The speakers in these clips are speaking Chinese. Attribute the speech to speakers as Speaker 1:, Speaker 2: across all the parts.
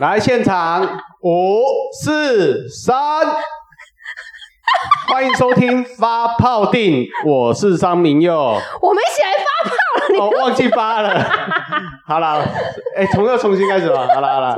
Speaker 1: 来现场，五、四、三，欢迎收听发泡定，我是张明佑，哦，
Speaker 2: 我们一起来发炮了，你
Speaker 1: 忘记发了，好啦，哎，从这重新开始吧，好啦好啦，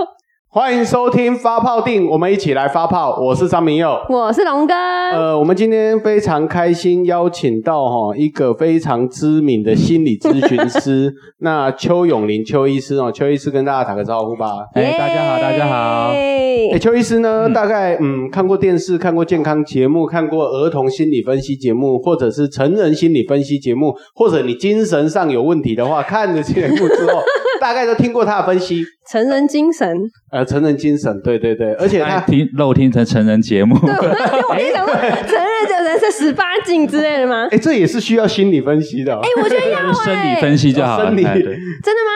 Speaker 1: 欢迎收听发泡定，我们一起来发泡，我是张明佑。
Speaker 2: 我是龙哥，
Speaker 1: 呃，我们今天非常开心邀请到哈一个非常知名的心理咨询师，那邱永林邱医师哦，邱医师跟大家打个招呼吧。
Speaker 3: 哎、大家好，大家好。
Speaker 1: 哎、
Speaker 2: 耶
Speaker 1: 邱医师呢，
Speaker 3: 嗯
Speaker 1: 大概嗯看过电视、看过健康节目、看过儿童心理分析节目，或者是成人心理分析节目，或者你精神上有问题的话，看了节目之 后，大概都听过他的分析。
Speaker 2: 成人精 神，
Speaker 1: 呃，成人精神，对对对，而且
Speaker 3: 哎
Speaker 1: 他
Speaker 3: 听漏听成成人节目，
Speaker 2: 对，我我一直想问，
Speaker 1: 哎
Speaker 2: 成人精神是十八禁之类的 吗？
Speaker 1: 哎，这也是需要心理分析的哦、
Speaker 2: 哎，我觉得要
Speaker 3: 生理
Speaker 2: 哎，
Speaker 3: 分析就好了。
Speaker 1: 生理
Speaker 3: 哎对
Speaker 2: 真的吗？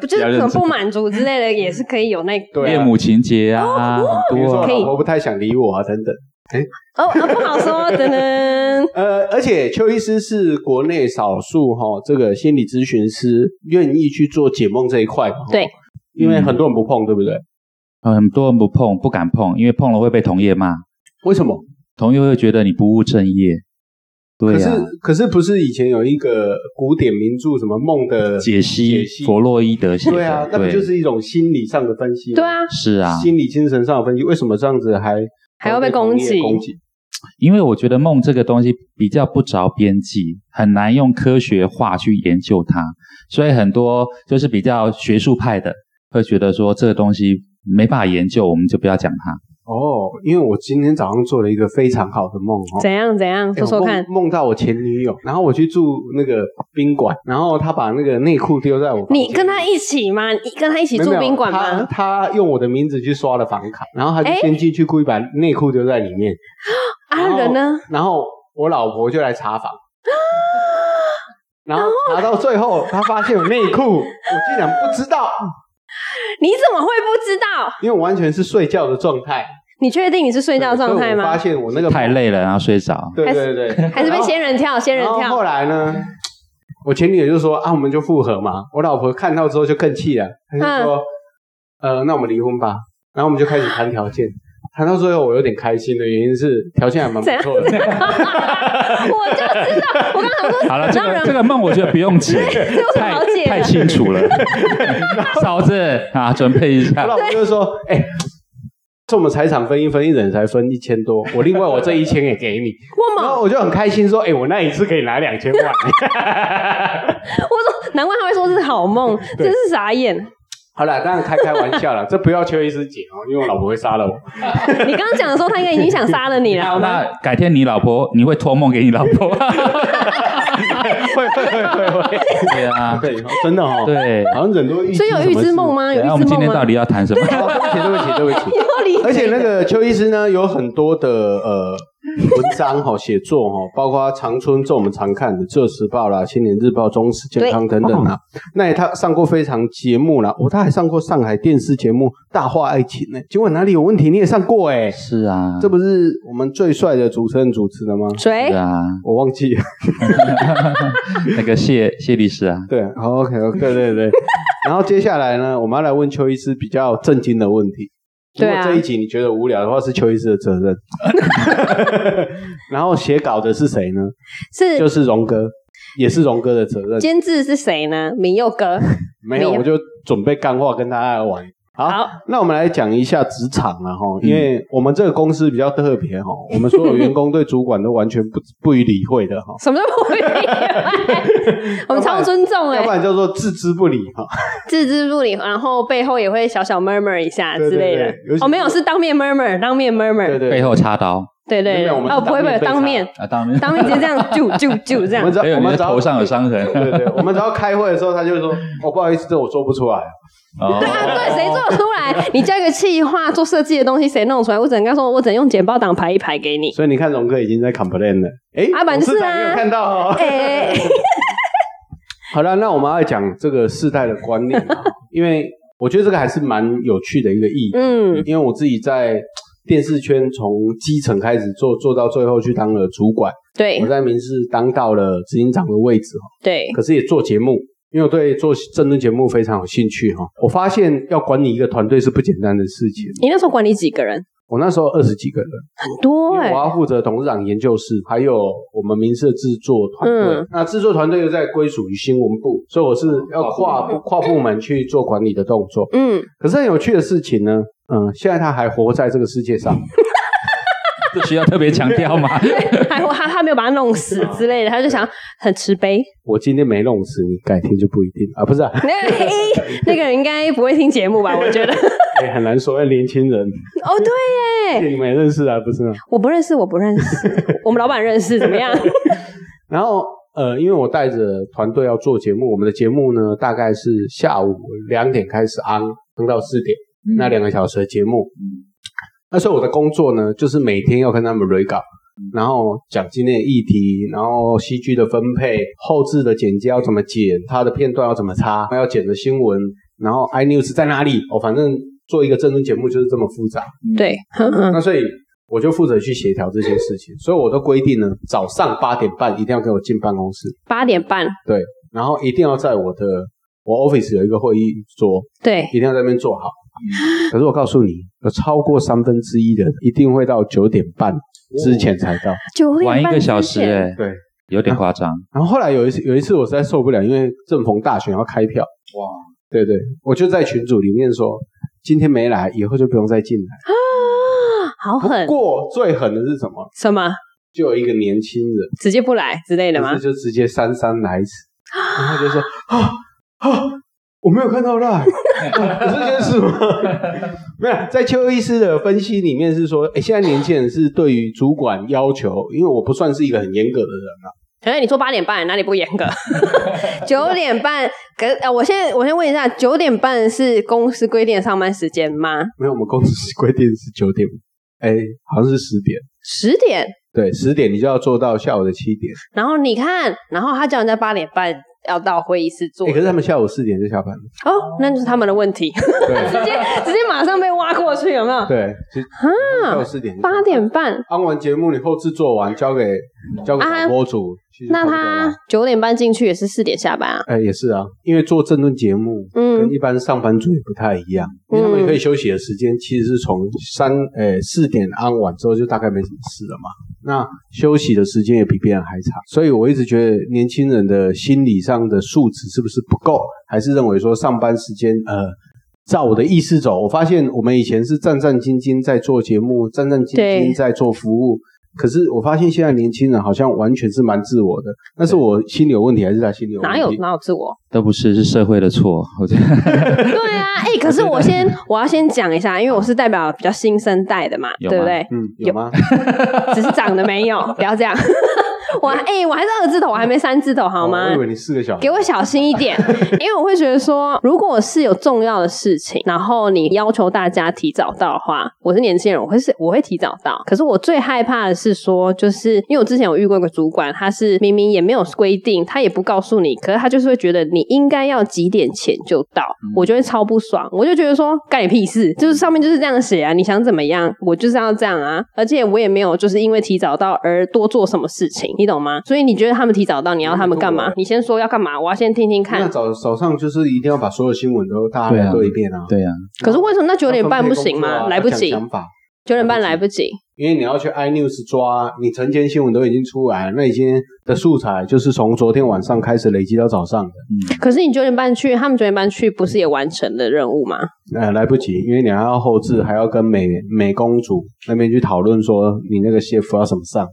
Speaker 2: 不就是可能不满足之类的，也是可以有那个
Speaker 1: 对啊
Speaker 3: 恋母情节啊，
Speaker 1: 比
Speaker 3: 很
Speaker 1: 如
Speaker 3: 多
Speaker 1: 说我
Speaker 3: 啊
Speaker 2: 可以
Speaker 1: 老婆不太想理我啊，等等。
Speaker 2: 哦，啊不 好说，等等，
Speaker 1: 呃，而且邱医师是国内少数哈、这个心理咨询师愿意去做解梦这一块嘛，哦
Speaker 2: 对，
Speaker 1: 因为很多人不碰，对不对？
Speaker 3: 很多人不碰，不敢碰，因为碰了会被同业骂，
Speaker 1: 为什么？
Speaker 3: 同业会觉得你不务正业。对
Speaker 1: 可是
Speaker 3: 啊，
Speaker 1: 可是不是以前有一个古典名著什么梦的
Speaker 3: 解析
Speaker 1: 解析？
Speaker 3: 弗洛伊德写的，
Speaker 1: 对啊，那不就是一种心理上的分析吗？
Speaker 2: 对啊，
Speaker 3: 是啊？
Speaker 1: 心理精神上的分析，为什么这样子还
Speaker 2: 还要被攻
Speaker 1: 攻
Speaker 2: 击
Speaker 1: 攻击？
Speaker 3: 因为我觉得梦这个东西比较不着边际，很难用科学化去研究它，所以很多就是比较学术派的会觉得说这个东西没办法研究，我们就不要讲它。
Speaker 1: 哦，因为我今天早上做了一个非常好的梦哦，
Speaker 2: 怎样怎样，
Speaker 1: 欸
Speaker 2: 说说看
Speaker 1: 我，梦梦到我前女友，然后我去住那个宾馆，然后她把那个内裤丢在我房间
Speaker 2: 你跟他一起吗？你跟他一起
Speaker 1: 没有
Speaker 2: 住
Speaker 1: 没有
Speaker 2: 宾馆
Speaker 1: 她
Speaker 2: 吗？
Speaker 1: 她用我的名字去刷了房卡，然后她就
Speaker 2: 欸
Speaker 1: 先进去故意把内裤丢在里面，然
Speaker 2: 啊，
Speaker 1: 后
Speaker 2: 人呢？
Speaker 1: 然后我老婆就来查 房，然后查到最后，她发现有内 裤，我竟然不知道，
Speaker 2: 你怎么会不知道？
Speaker 1: 因为我完全是睡觉的状态，
Speaker 2: 你确定你是睡
Speaker 1: 睡
Speaker 2: 觉状态
Speaker 1: 发
Speaker 2: 吗？
Speaker 1: 哦现我那个
Speaker 3: 太，累了，然后睡着。
Speaker 1: 对对对，对
Speaker 2: 还是被仙人跳？仙人
Speaker 1: 然后
Speaker 2: 跳
Speaker 1: 后？来呢，我前女友就说啊，我们就复合嘛。我老婆看到之后就更气了，她就说，
Speaker 2: 嗯
Speaker 1: 呃，那我们离婚吧。然后我们就开始谈条件，谈到最后我有点开心的原因是条件还蛮不错的。
Speaker 2: 我就知道，我刚想说，
Speaker 3: 好了，这
Speaker 2: 让
Speaker 3: 个
Speaker 2: 人
Speaker 3: 这个梦我觉得不用解，
Speaker 2: 这个
Speaker 3: 太
Speaker 2: 了解
Speaker 3: 太
Speaker 2: 了。
Speaker 3: 清楚了。嫂子啊，准备一
Speaker 1: 我
Speaker 3: 下。
Speaker 1: 老婆就说，哎、这我们财产分一分，一人才分一千多，我另外我这一千也给 你，
Speaker 2: 我
Speaker 1: 然
Speaker 2: 猛，
Speaker 1: 后我就很开心说，哎、我那一次可以拿两千万。
Speaker 2: 我说难怪他会说是好梦，
Speaker 1: 对
Speaker 2: 真是傻眼。
Speaker 1: 好了，当然开开玩笑了，这不要邱医师姐哦，因为我老婆会杀了我。
Speaker 2: 你刚刚讲的时候，他应该已经想杀了你了，好吗？
Speaker 3: 那改天你老婆，你会托梦给你老婆？啊
Speaker 1: 会会会会会，
Speaker 3: 对啊，
Speaker 1: 对，真的哦。
Speaker 3: 对。
Speaker 1: 好像很多预知
Speaker 2: 所以有预知梦
Speaker 1: 吗？
Speaker 2: 吗？有
Speaker 3: 那我
Speaker 2: 预知
Speaker 3: 们今
Speaker 2: 梦
Speaker 3: 天 到
Speaker 2: 吗？
Speaker 3: 底要谈什么？
Speaker 1: 哦对不起，对不起，对不起。
Speaker 2: 要 理解
Speaker 1: 而且那个邱医师呢，有很多的呃文章哈、写作哈、包括长春这我们常看的《浙时报》啦，《青年日报》、《中时健康》等等啊。那他上过非常节目啦，哦，他还上过上海电视节目《大话爱情》呢。结果哪里有问题？你也上过哎、
Speaker 3: 是啊，
Speaker 1: 这不是我们最帅的主持人主持的吗？
Speaker 2: 谁
Speaker 3: 是？啊，
Speaker 1: 我忘记了。
Speaker 3: 那个谢谢律师啊，
Speaker 1: 对好，OK，OK，对对 对。然后接下来呢，我们要来问邱医师比较震惊的问题。如
Speaker 2: 对
Speaker 1: 果
Speaker 2: 啊
Speaker 1: 这一集你觉得无聊的话，是邱医师的责 任。然后写稿的是谁呢？就是是荣哥，也是荣哥的责任。
Speaker 2: 监制是谁呢？明佑哥。
Speaker 1: 没有，
Speaker 2: 没有
Speaker 1: 我就准备干话跟大家玩。好，
Speaker 2: 好，
Speaker 1: 那我们来讲一下职场啊，哈，
Speaker 3: 嗯
Speaker 1: 因为我们这个公司比较特别哈，我们所有员工对主管都完全不不予理会的 哈，
Speaker 2: 什么都不会， 我们超尊重
Speaker 1: 要不
Speaker 2: 哎，
Speaker 1: 然叫做置之不理哈。
Speaker 2: 置之不理，然后背后也会小小 murmur 一下
Speaker 1: 对
Speaker 2: 之
Speaker 1: 对
Speaker 2: 类
Speaker 1: 对
Speaker 2: 的
Speaker 1: 尤。其
Speaker 2: 哦，没有，是当面 murmur，当面 murmur，
Speaker 1: 对对，
Speaker 3: 背后插刀
Speaker 2: 对
Speaker 1: 没
Speaker 2: 对
Speaker 1: 有
Speaker 2: 对，
Speaker 1: 我们是
Speaker 2: 哦，不会不会，
Speaker 1: 当
Speaker 2: 当
Speaker 1: 面
Speaker 2: 面
Speaker 3: 啊，当然，
Speaker 2: 当面直接这样就就就
Speaker 1: 我
Speaker 2: 这样
Speaker 1: 们。只
Speaker 3: 还
Speaker 1: 要
Speaker 3: 有
Speaker 1: 我
Speaker 3: 你的
Speaker 1: 们只要
Speaker 3: 头上有伤痕。
Speaker 1: 对对，我们只要开会的时候，他就说：“哦，不好意思，这我做不出来。
Speaker 3: 哦
Speaker 2: 对啊，对，谁做得出来？你叫一个企划做设计的东西，谁弄出来？我只能跟他说，我只能用简报档排一排给”你。
Speaker 1: 所以你看，荣哥已经在 complain 了。哎，
Speaker 2: 啊反正
Speaker 1: 董事
Speaker 2: 是啊
Speaker 1: 长没有看到哦。
Speaker 2: 哎、
Speaker 1: 好了，那我们要讲这个世代的观念 啊，因为我觉得这个还是蛮有趣的一个意义。
Speaker 2: 嗯，
Speaker 1: 因为我自己在电视圈从基层开始做，做到最后去当了主管，
Speaker 2: 对
Speaker 1: 我在民视当到了执行长的位置哦，
Speaker 2: 对
Speaker 1: 可是也做节目。因为我对做政论节目非常有兴趣哈。我发现要管理一个团队是不简单的事情。
Speaker 2: 你那时候管理几个人？
Speaker 1: 我那时候二十几个人，
Speaker 2: 很多
Speaker 1: 因
Speaker 2: 哎、
Speaker 1: 为我要负责董事长研究室，还有我们民社制作团队。
Speaker 2: 嗯
Speaker 1: 那制作团队又在归属于新闻部，所以我是要跨部跨部门去做管理的动作。
Speaker 2: 嗯，
Speaker 1: 可是很有趣的事情呢，嗯，现在他还活在这个世界上，
Speaker 3: 这需要特别强调吗？
Speaker 2: 还有他他没有把他弄死之类的，他就想很慈悲。，
Speaker 1: 我今天没弄死你，改天就不一定啊，不是、啊
Speaker 2: 那个那个人应该不会听节目吧？我 觉得。
Speaker 1: 哎、很难说。哎、年轻人，
Speaker 2: 哦，对耶，
Speaker 1: 你们也认识啊，不是吗？
Speaker 2: 我不认识，我不认识，我们老板认识，怎么 样？
Speaker 1: 然后呃，因为我带着团队要做节目，我们的节目呢大概是下午两点开始 on on 到四点，
Speaker 3: 嗯
Speaker 1: 那 两个小时的节目。那所以我的工作呢，就是每天要跟他们 re 稿，然后讲今天的议题，然后戏剧的分配、后置的剪接要怎么剪，它的片段要怎么插，要剪的新闻，然后 i news 在哪里？哦，反正做一个政论节目就是这么复杂。
Speaker 2: 对，嗯嗯，
Speaker 1: 那所以我就负责去协调这些事情，所以我都规定呢，早上八点半一定要给我进办公室，
Speaker 2: 八点半，
Speaker 1: 然后一定要在我的我 office 有一个会议桌，
Speaker 2: 对，
Speaker 1: 一定要在那边坐好。可是我告诉你，有超过三分之一的人一定会到九点半之前才到。
Speaker 2: 九点
Speaker 3: 玩
Speaker 2: 半
Speaker 3: 一个小
Speaker 2: 之
Speaker 3: 时、
Speaker 2: 前
Speaker 3: 哎，
Speaker 1: 对，
Speaker 3: 有点夸张。
Speaker 1: 然后后来有一次，有一次我实在受不了，因为正逢大选要开票，
Speaker 3: 哇，
Speaker 1: 对对，我就在群组里面说，今天没来，以后就不用再进来。
Speaker 2: 啊，好狠
Speaker 1: 不！过最狠的是什么？
Speaker 2: 什么
Speaker 1: 就有一个年轻人。
Speaker 2: 直接不来之类的
Speaker 1: 不
Speaker 2: 吗
Speaker 1: 是？就直接姗姗来迟，然后就说啊啊，我没有看到赖，有这件事吗？没有，在邱医师的分析里面是说，哎、现在年轻人是对于主管要求，因为我不算是一个很严格的人啊，
Speaker 2: 可哎是你说八点半，哪里不严 格？九点半，可是呃，我先我先问一下，九点半是公司规定的上班时间吗？
Speaker 1: 没有，我们公司规定是九点，哎、好像是十点，
Speaker 2: 十点，
Speaker 1: 对，十点你就要做到下午的七点，
Speaker 2: 然后你看，然后他叫人家八点半要到会议室坐
Speaker 1: 哎、，可是他们下午四点就下班了，
Speaker 2: 哦，那就是他们的问 题，
Speaker 1: 对
Speaker 2: 直接直接马上被挖过去，有没有？
Speaker 1: 对，就下午
Speaker 2: 啊，
Speaker 1: 四点就下班
Speaker 2: 八。点半，
Speaker 1: 安完节目，你后置做完交给交给
Speaker 2: 啊
Speaker 1: 导播组去
Speaker 2: 那
Speaker 1: 工作啦
Speaker 2: 他九点半进去也是四点下班啊。
Speaker 1: 哎，也是啊，因为做政论节目跟
Speaker 2: 嗯，
Speaker 1: 一般上班族也不太一样，因为他们可以休息的时间其实是从三呃四点安完之后就大概没什么事了嘛。那休息的时间也比别人还长，所以我一直觉得年轻人的心理上的素质是不是不够，还是认为说上班时间呃。照我的意思走，我发现我们以前是战战兢兢在做节目，战战兢
Speaker 2: 对
Speaker 1: 兢在做服务。可是我发现现在年轻人好像完全是蛮自我的，那是我心理有问题还是他心理有问
Speaker 2: 哪
Speaker 1: 题？
Speaker 2: 有哪有自 我？
Speaker 3: 都不是，是社会的错。我觉得
Speaker 2: 对啊，哎、可是我先我要先讲一下，因为我是代表比较新生代的嘛，
Speaker 3: 有吗
Speaker 2: 对不对？
Speaker 1: 嗯，有 吗？
Speaker 2: 只是长得没有，不要这样。 我哎、我还是二字头，我还没三字头，好吗？
Speaker 1: 哦我以为你四个小时，
Speaker 2: 给我小心一 点，因为我会觉得说，如果是有重要的事情，然后你要求大家提早到的话，我是年轻人，我会是我会提早到。可是我最害怕的是说，就是因为我之前有遇过一个主管，他是明明也没有规定，他也不告诉你，可是他就是会觉得你应该要几点前就到，我就会超不爽，我就觉得说干你屁事，就是上面就是这样写啊，你想怎么样，我就是要这样啊，而且我也没有就是因为提早到而多做什么事情，你懂吗？所以你觉得他们提早到，你要他们干嘛？你先说要干嘛，我要先听听
Speaker 1: 那
Speaker 2: 看。
Speaker 1: 早早上就是一定要把所有新闻都大
Speaker 3: 对
Speaker 1: 家
Speaker 3: 啊
Speaker 1: 来对一遍啊。
Speaker 3: 对呀、
Speaker 2: 可是为什么那九点半
Speaker 1: 要
Speaker 2: 不
Speaker 1: 分配
Speaker 2: 行
Speaker 1: 工作啊
Speaker 2: 吗？来不及
Speaker 1: 要，讲想法，
Speaker 2: 九点半来不及。
Speaker 1: 因为你要去 iNews 抓，你晨间新闻都已经出来了，那你今天的素材就是从昨天晚上开始累积到早上
Speaker 3: 嗯
Speaker 1: 的，
Speaker 2: 可是你九点半去，他们九点半去不是也完成了任务吗？
Speaker 1: 呃，来不及，因为你还要后置，还要跟美美公主那边去讨论说你那个 chef 要怎么上。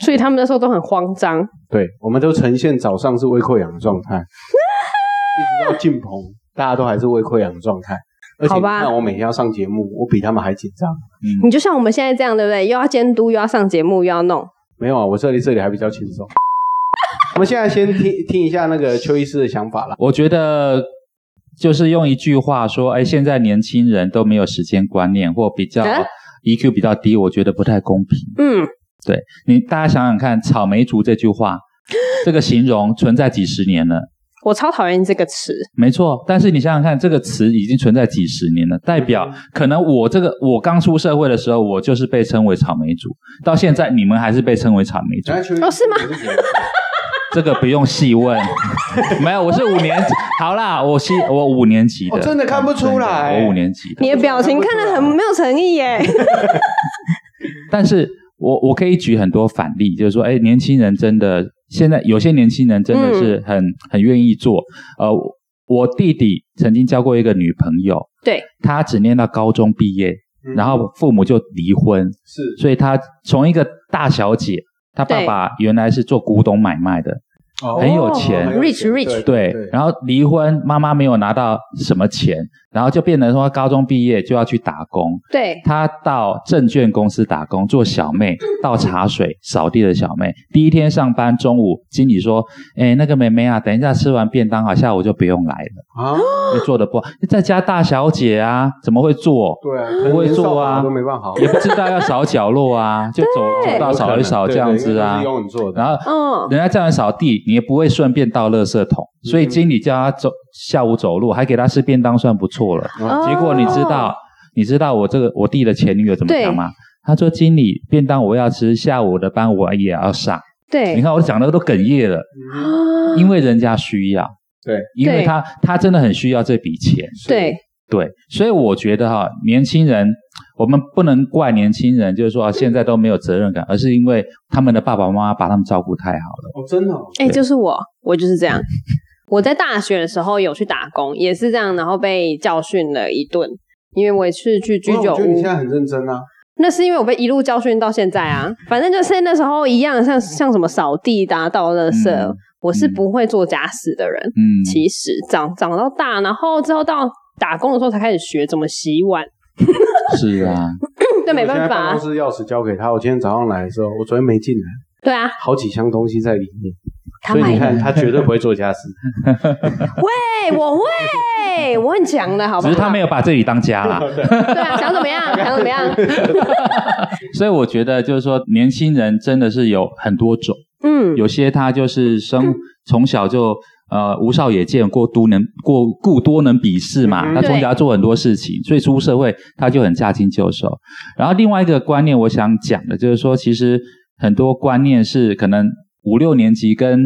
Speaker 2: 所以他们那时候都很慌张。
Speaker 1: 对，我们都呈现早上是胃溃疡的状态，一直到进棚，大家都还是胃溃疡的状态。而且
Speaker 2: 好
Speaker 1: 你
Speaker 2: 吧
Speaker 1: 看，我每天要上节目，我比他们还紧张。
Speaker 3: 嗯
Speaker 2: 你就像我们现在这样，对不对？又要监督，又要上节目，又要弄。
Speaker 1: 没有啊，我这里这里还比较轻松。我们现在先听听一下那个邱医师的想法啦。
Speaker 3: 我觉得就是用一句话说，哎，现在年轻人都没有时间观念，或比较
Speaker 2: 啊
Speaker 3: EQ 比较低，我觉得不太公平。
Speaker 2: 嗯，
Speaker 3: 你大家想想看，“草莓族”这句话，这个形容存在几十年了，
Speaker 2: 我超讨厌这个词。
Speaker 3: 没错。但是你想想看，这个词已经存在几十年了，代表可能我这个我刚出社会的时候，我就是
Speaker 1: 哎
Speaker 3: 被称为草莓族，到现在你们还是被称为草莓族
Speaker 1: 然。后邱医师
Speaker 2: 哦是吗
Speaker 1: 你觉得
Speaker 3: 这个不用细问。 没有，我是五年级。好啦，我是我五年级的，
Speaker 1: 我哦真的看不出来
Speaker 3: 真的我五年级的。
Speaker 2: 你的表情看得很没有诚意耶。
Speaker 3: 但是我我可以举很多反例，就是说，哎，年轻人真的现在有些年轻人真的
Speaker 1: 嗯
Speaker 3: 是很、很愿意做。呃，我弟弟曾经交过一个女朋友，
Speaker 2: 对，
Speaker 3: 他只念到高中毕业，
Speaker 1: 嗯
Speaker 3: 然后父母就离婚，
Speaker 1: 是
Speaker 3: 所以他从一个大小姐，她爸
Speaker 2: 对
Speaker 3: 爸原来是做古董买卖的，
Speaker 1: 哦
Speaker 3: 很有钱
Speaker 1: 很有
Speaker 2: 哦 rich rich，
Speaker 3: 对，然后离婚，妈妈没有拿到什么钱，然后就变成说高中毕业就要去打工，
Speaker 2: 对，
Speaker 3: 她到证券公司打工做小 妹，倒茶水、扫地的小妹。第一天上班，中午经理说：“哎，那个妹妹啊，等一下吃完便当啊，下午就不用来 了，
Speaker 1: 啊，
Speaker 3: 就做的不好。在家大小姐啊，怎么 会做？
Speaker 1: 对啊，
Speaker 3: 不会做
Speaker 1: 可能连扫把
Speaker 3: 啊
Speaker 1: 都没办法，
Speaker 3: 也不知道要扫角落啊，就走走到扫一扫这样子啊。
Speaker 1: 对对因为都是用你做的，
Speaker 3: 然后
Speaker 2: 嗯，
Speaker 3: 人家叫你扫地，你也不会顺便倒垃圾桶，所以经理叫他走下午走路，还给他吃便当，算不错了。
Speaker 1: 啊
Speaker 2: 哦
Speaker 3: 结果你知道，你知道我这个我弟的前女友怎么讲吗？他说：“经理，便当我要吃，下午的班我也要上。”
Speaker 2: 对，
Speaker 3: 你看我讲的都哽咽了，
Speaker 1: 嗯
Speaker 2: 啊
Speaker 3: 因为人家需要，
Speaker 1: 对，
Speaker 3: 因为
Speaker 2: 对
Speaker 3: 他他真的很需要这笔钱，
Speaker 2: 对，
Speaker 3: 对，所以我觉得哈、年轻人我们不能怪年轻人，就
Speaker 2: 嗯
Speaker 3: 是说、啊、现在都没有责任感，而是因为他们的爸爸妈妈把他们照顾太好了。
Speaker 1: 哦，真的哦，
Speaker 2: 哎、
Speaker 3: 对
Speaker 2: 就是我，我就是这样。 我在大学的时候有去打工，也是这样，然后被教训了一顿，因为我是去居
Speaker 1: 不然
Speaker 2: 酒
Speaker 1: 我觉得你
Speaker 2: 屋
Speaker 1: 现。在很认真啊，
Speaker 2: 那是因为我被一路教训到现在啊。反正就是那时候一样，像像什么扫地打倒垃圾，
Speaker 3: 嗯
Speaker 2: 我是
Speaker 3: 嗯
Speaker 2: 不会做家事的人。
Speaker 3: 嗯，
Speaker 2: 其实长长到大，然后之后到打工的时候才开始学怎么洗碗，
Speaker 3: 是啊，
Speaker 2: 这没
Speaker 1: 我现
Speaker 2: 办
Speaker 1: 在
Speaker 2: 法
Speaker 1: 办
Speaker 2: 啊
Speaker 1: 公，室钥匙交给他，我今天早上来的时候，我昨天没进来，
Speaker 2: 对啊，
Speaker 1: 好几箱东西在里面，
Speaker 2: 他
Speaker 1: 所以
Speaker 2: 买
Speaker 1: 你
Speaker 2: 的，
Speaker 1: 看他绝对不会做家事，
Speaker 2: 哎、我会，我很强的，好不
Speaker 3: 只
Speaker 2: 好？
Speaker 3: 是他没有把这里当家啦。
Speaker 2: 对啊，想怎么样，想怎么 样，
Speaker 3: 所以我觉得就是说，年轻人真的是有很多种，
Speaker 2: 嗯，
Speaker 3: 有些他就是生从小就。呃，吴少也见过都能过故多能鄙视嘛，
Speaker 1: 嗯
Speaker 3: 他从小做很多事情，所以出社会他就很驾轻就熟。然后另外一个观念，我想讲的就是说，其实很多观念是可能五六年级跟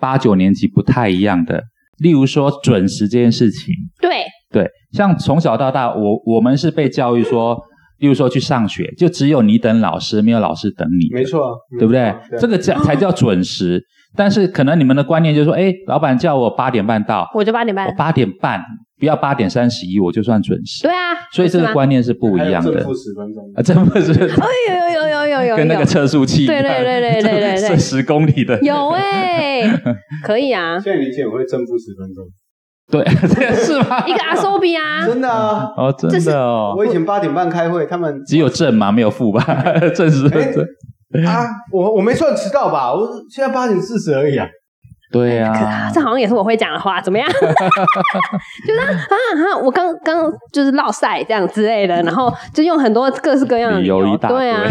Speaker 3: 八九年级不太一样的，例如说准时这件事情，
Speaker 2: 对，
Speaker 3: 对，像从小到大，我我们是被教育说，例如说去上学，就只有你等老师，没有老师等你，
Speaker 1: 没错啊，
Speaker 3: 对不对？这
Speaker 1: 个
Speaker 3: 个叫才叫准时。但是可能你们的观念就是说，哎，老板叫我八点半到，
Speaker 2: 我就八点半
Speaker 1: 哦
Speaker 3: 我，八点半，不要八点三十一，我就算准时。
Speaker 2: 对，啊，
Speaker 3: 所以这
Speaker 2: 是
Speaker 3: 个
Speaker 2: 吗
Speaker 3: 观念是不一样的
Speaker 1: 负十分钟
Speaker 3: 啊，这不是
Speaker 2: 哎有有有有有有
Speaker 3: 跟那个测速器一
Speaker 2: 对
Speaker 3: 样，
Speaker 2: 对对对对对对
Speaker 3: 是十公里的，
Speaker 2: 有哎、可以 啊，
Speaker 1: 现在理解我会正负十分钟，
Speaker 3: 对，这是吗？
Speaker 2: 一个阿寿比啊，
Speaker 1: 真的啊，
Speaker 3: 哦，真
Speaker 2: 这是
Speaker 3: 的哦，
Speaker 1: 我以前八点半开会，他们
Speaker 3: 只有正嘛，没有负吧？ 正是
Speaker 1: 哎
Speaker 3: 正，
Speaker 1: 啊，我我没算迟到吧，我现在八点四十而已啊，
Speaker 3: 对呀、
Speaker 2: 可这好像也是我会讲的话，怎么样？ 就是啊啊啊，我刚刚就是落赛这样之类的，然后就用很多各式各样的
Speaker 3: 理由一大堆，
Speaker 2: 对啊，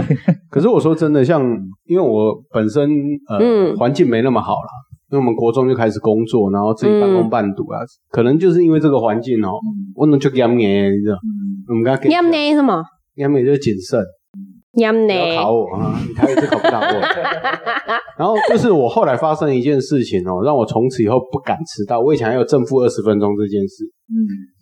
Speaker 1: 可是我说真的，像因为我本身呃
Speaker 2: 嗯
Speaker 1: 环、境没那么好啦，因为我们国中就开始工作，然后自己半
Speaker 2: 嗯
Speaker 1: 工半读啊，可能就是因为这个环境哦、我能就严严，你知道，我们刚刚
Speaker 2: 嗯
Speaker 3: 啊
Speaker 2: 严呢什么
Speaker 1: 严严就是谨慎，
Speaker 2: 严
Speaker 1: 不
Speaker 2: 呢？
Speaker 1: 要考我啊，你他一直考不到我。 然后就是我后来发生一件事情哦、让我从此以后不敢迟到。我以前还有正负二十分钟这件事，
Speaker 2: 嗯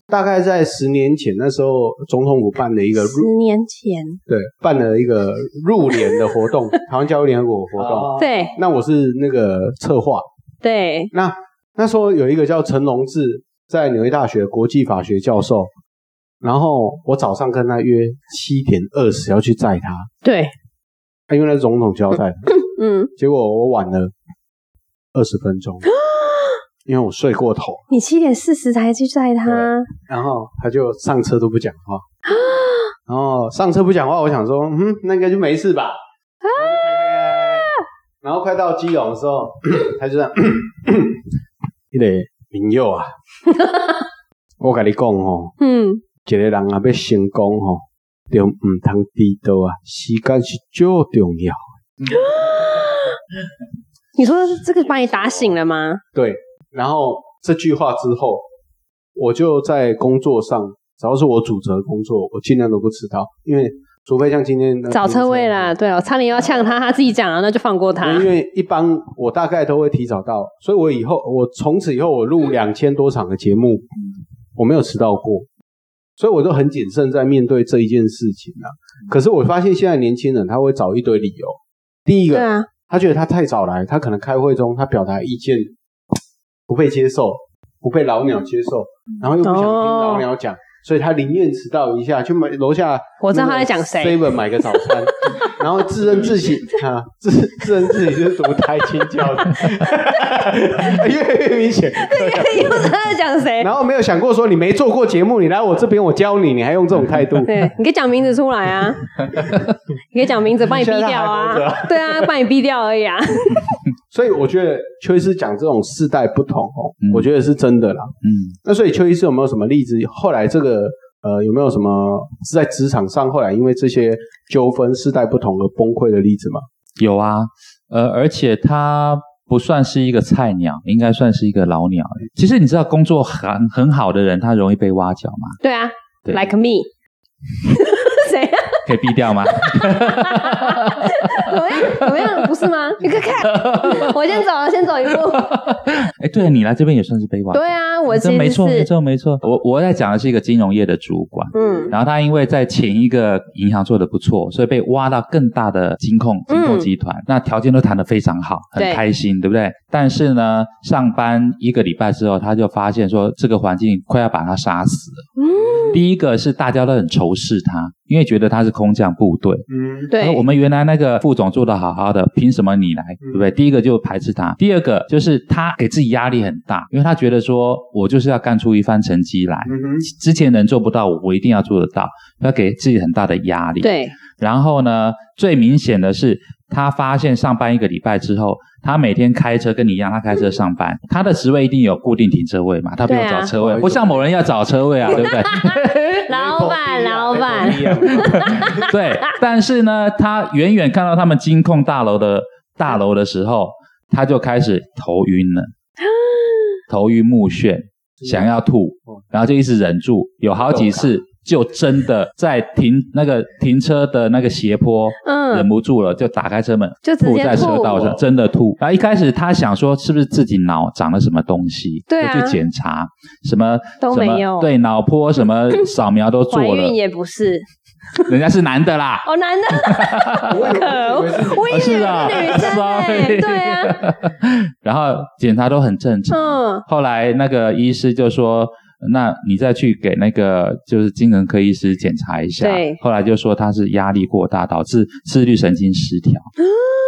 Speaker 1: 大概在十年前那时候，总统府办了一个入
Speaker 2: 十年前，
Speaker 1: 对办了一个入联的活动，台湾教育联合国活 动。
Speaker 2: 对
Speaker 1: 那我是那个策划。
Speaker 2: 对，
Speaker 1: 那那时候有一个叫陈龙志，在纽约大学国际法学教授。然后我早上跟他约七点二十要去载他，
Speaker 2: 对，
Speaker 1: 啊因为那是总统交代的，
Speaker 2: 嗯，
Speaker 1: 结果我晚了二十分钟，因为我睡过头，
Speaker 2: 你七点四十才去载他，
Speaker 1: 然后他就上车都不讲话，然后上车不讲话，我想说，嗯，那应该就没事吧。然后快到基隆的时候， 他就这样，一个朋友啊，我跟你讲哦，
Speaker 2: 嗯，
Speaker 1: 一个人啊要成功吼、就唔通迟到啊，时间是最重要。
Speaker 2: 你说这个把你打醒了吗？
Speaker 1: 对，然后这句话之后，我就在工作上，只要是我主责工作，我尽量都不迟到，因为除非像今天那个
Speaker 2: 找车位
Speaker 1: 凌
Speaker 2: 啦，对啊，我差点要呛他，他自己讲了，那就放过他。
Speaker 1: 晨，因为一般我大概都会提早到，所以我以后我从此以后我
Speaker 2: 嗯
Speaker 1: 录两千多场的节目，我没有迟到过，所以我都很谨慎在面对这一件事情啊。可是我发现现在年轻人他会找一堆理由，第一
Speaker 2: 对
Speaker 1: 个、
Speaker 2: 啊，
Speaker 1: 他觉得他太早来，他可能开会中他表达意见不被接受，不被老鸟接受，
Speaker 2: 嗯
Speaker 1: 然后又不想听老鸟讲，所以他宁愿迟到一下，去买楼下。
Speaker 2: 我知道他在讲谁
Speaker 1: ，seven 买个早 餐，然后自认自己啊，自自认自己是读台青教的， 越越明 显。对啊
Speaker 2: 又知道他在讲谁？
Speaker 1: 然后没有想过说你没做过节目，你来我这边我教你，你还用这种态度，
Speaker 2: 对，你可以讲名字出来啊，你可以讲名字，帮你逼
Speaker 1: 现在他
Speaker 2: 掉
Speaker 1: 还活着
Speaker 2: 啊
Speaker 1: 啊，
Speaker 2: 对啊，帮你逼掉而已啊。
Speaker 1: 所以我觉得邱医师讲这种世代不同哦，
Speaker 3: 嗯
Speaker 1: 我觉得是真的啦。
Speaker 3: 嗯，
Speaker 1: 那所以邱医师有没有什么例子？后来这个呃有没有什么是在职场上后来因为这些纠纷世代不同而崩溃的例子吗？
Speaker 3: 有啊，呃，而且它不算是一个菜鸟，应该算是一个老鸟。其实你知道，工作很很好的人，他容易被挖角吗？
Speaker 2: 对啊
Speaker 3: 对
Speaker 2: ，like me，谁啊？
Speaker 3: 可以避掉吗？
Speaker 2: 怎么样？怎么样？不是吗？你看看，我先走了，先走一步。
Speaker 3: 哎，对你来这边也算是被挖角。
Speaker 2: 对啊，我其
Speaker 3: 真没
Speaker 2: 实
Speaker 3: 错，没
Speaker 2: 是，
Speaker 3: 错，没错。我我在讲的是一个金融业的主管，
Speaker 2: 嗯，
Speaker 3: 然后他因为在前一个银行做的不错，所以被挖到更大的金控金控集团，那条件都谈得非常好，
Speaker 2: 嗯
Speaker 3: 很
Speaker 2: 对
Speaker 3: 开心，对不对？但是呢，上班一个礼拜之后，他就发现说这个环境快要把他杀死了。
Speaker 2: 嗯
Speaker 3: 第一个是大家都很仇视他，因为觉得他是空降部队。
Speaker 1: 嗯，
Speaker 2: 对
Speaker 3: 而，啊我们原来那个副总做得好好的，凭什么你来？
Speaker 1: 嗯
Speaker 3: 对不对？第一个就排斥他，第二个就是他给自己压力很大，因为他觉得说我就是要干出一番成绩来，
Speaker 1: 嗯哼，
Speaker 3: 之前人做不到，我一定要做得到，要给自己很大的压力。。
Speaker 2: 对，
Speaker 3: 然后呢，最明显的是，他发现上班一个礼拜之后，他每天开车跟你一样，他开车上班，他的职位一定有固定停车位嘛，他不用
Speaker 2: 对啊
Speaker 3: 找车位，不像某人要找车 位啊，对不对？
Speaker 2: 老板，老
Speaker 1: 哎
Speaker 2: 板，
Speaker 3: 对，但是呢，他远远看到他们金控大楼的大楼的时候，他就开始头晕了， 头晕目眩，想要吐
Speaker 1: 嗯，
Speaker 3: 然后就一直忍住，有好几次就真的在停那个停车的那个斜坡。忍
Speaker 2: 嗯，
Speaker 3: 不住了，就打开车门，
Speaker 2: 就直接
Speaker 3: 吐在车道上，
Speaker 1: 吐
Speaker 3: 真的吐。然后一开始他想说是不是自己脑长了什么东西，
Speaker 2: 对啊
Speaker 3: 就去检查，什么
Speaker 2: 都
Speaker 3: 什么
Speaker 2: 没有
Speaker 3: 对脑波什么扫描都 做
Speaker 2: 怀
Speaker 3: 了
Speaker 2: 孕，也不是，
Speaker 3: 人家是男的啦，
Speaker 2: 哦，男的，
Speaker 1: 我以为我以为是
Speaker 2: 我以为是
Speaker 3: 是
Speaker 2: 女
Speaker 3: 啊
Speaker 2: 生哎，
Speaker 3: ，sorry
Speaker 2: 对啊，
Speaker 3: 然后检查都很正常。
Speaker 2: 嗯，
Speaker 3: 后来那个医师就说：“那你再去给那个就是精神科医师检查一下。”
Speaker 2: 对
Speaker 3: 后来就说他是压力过大，导致自律神经失调。
Speaker 2: 啊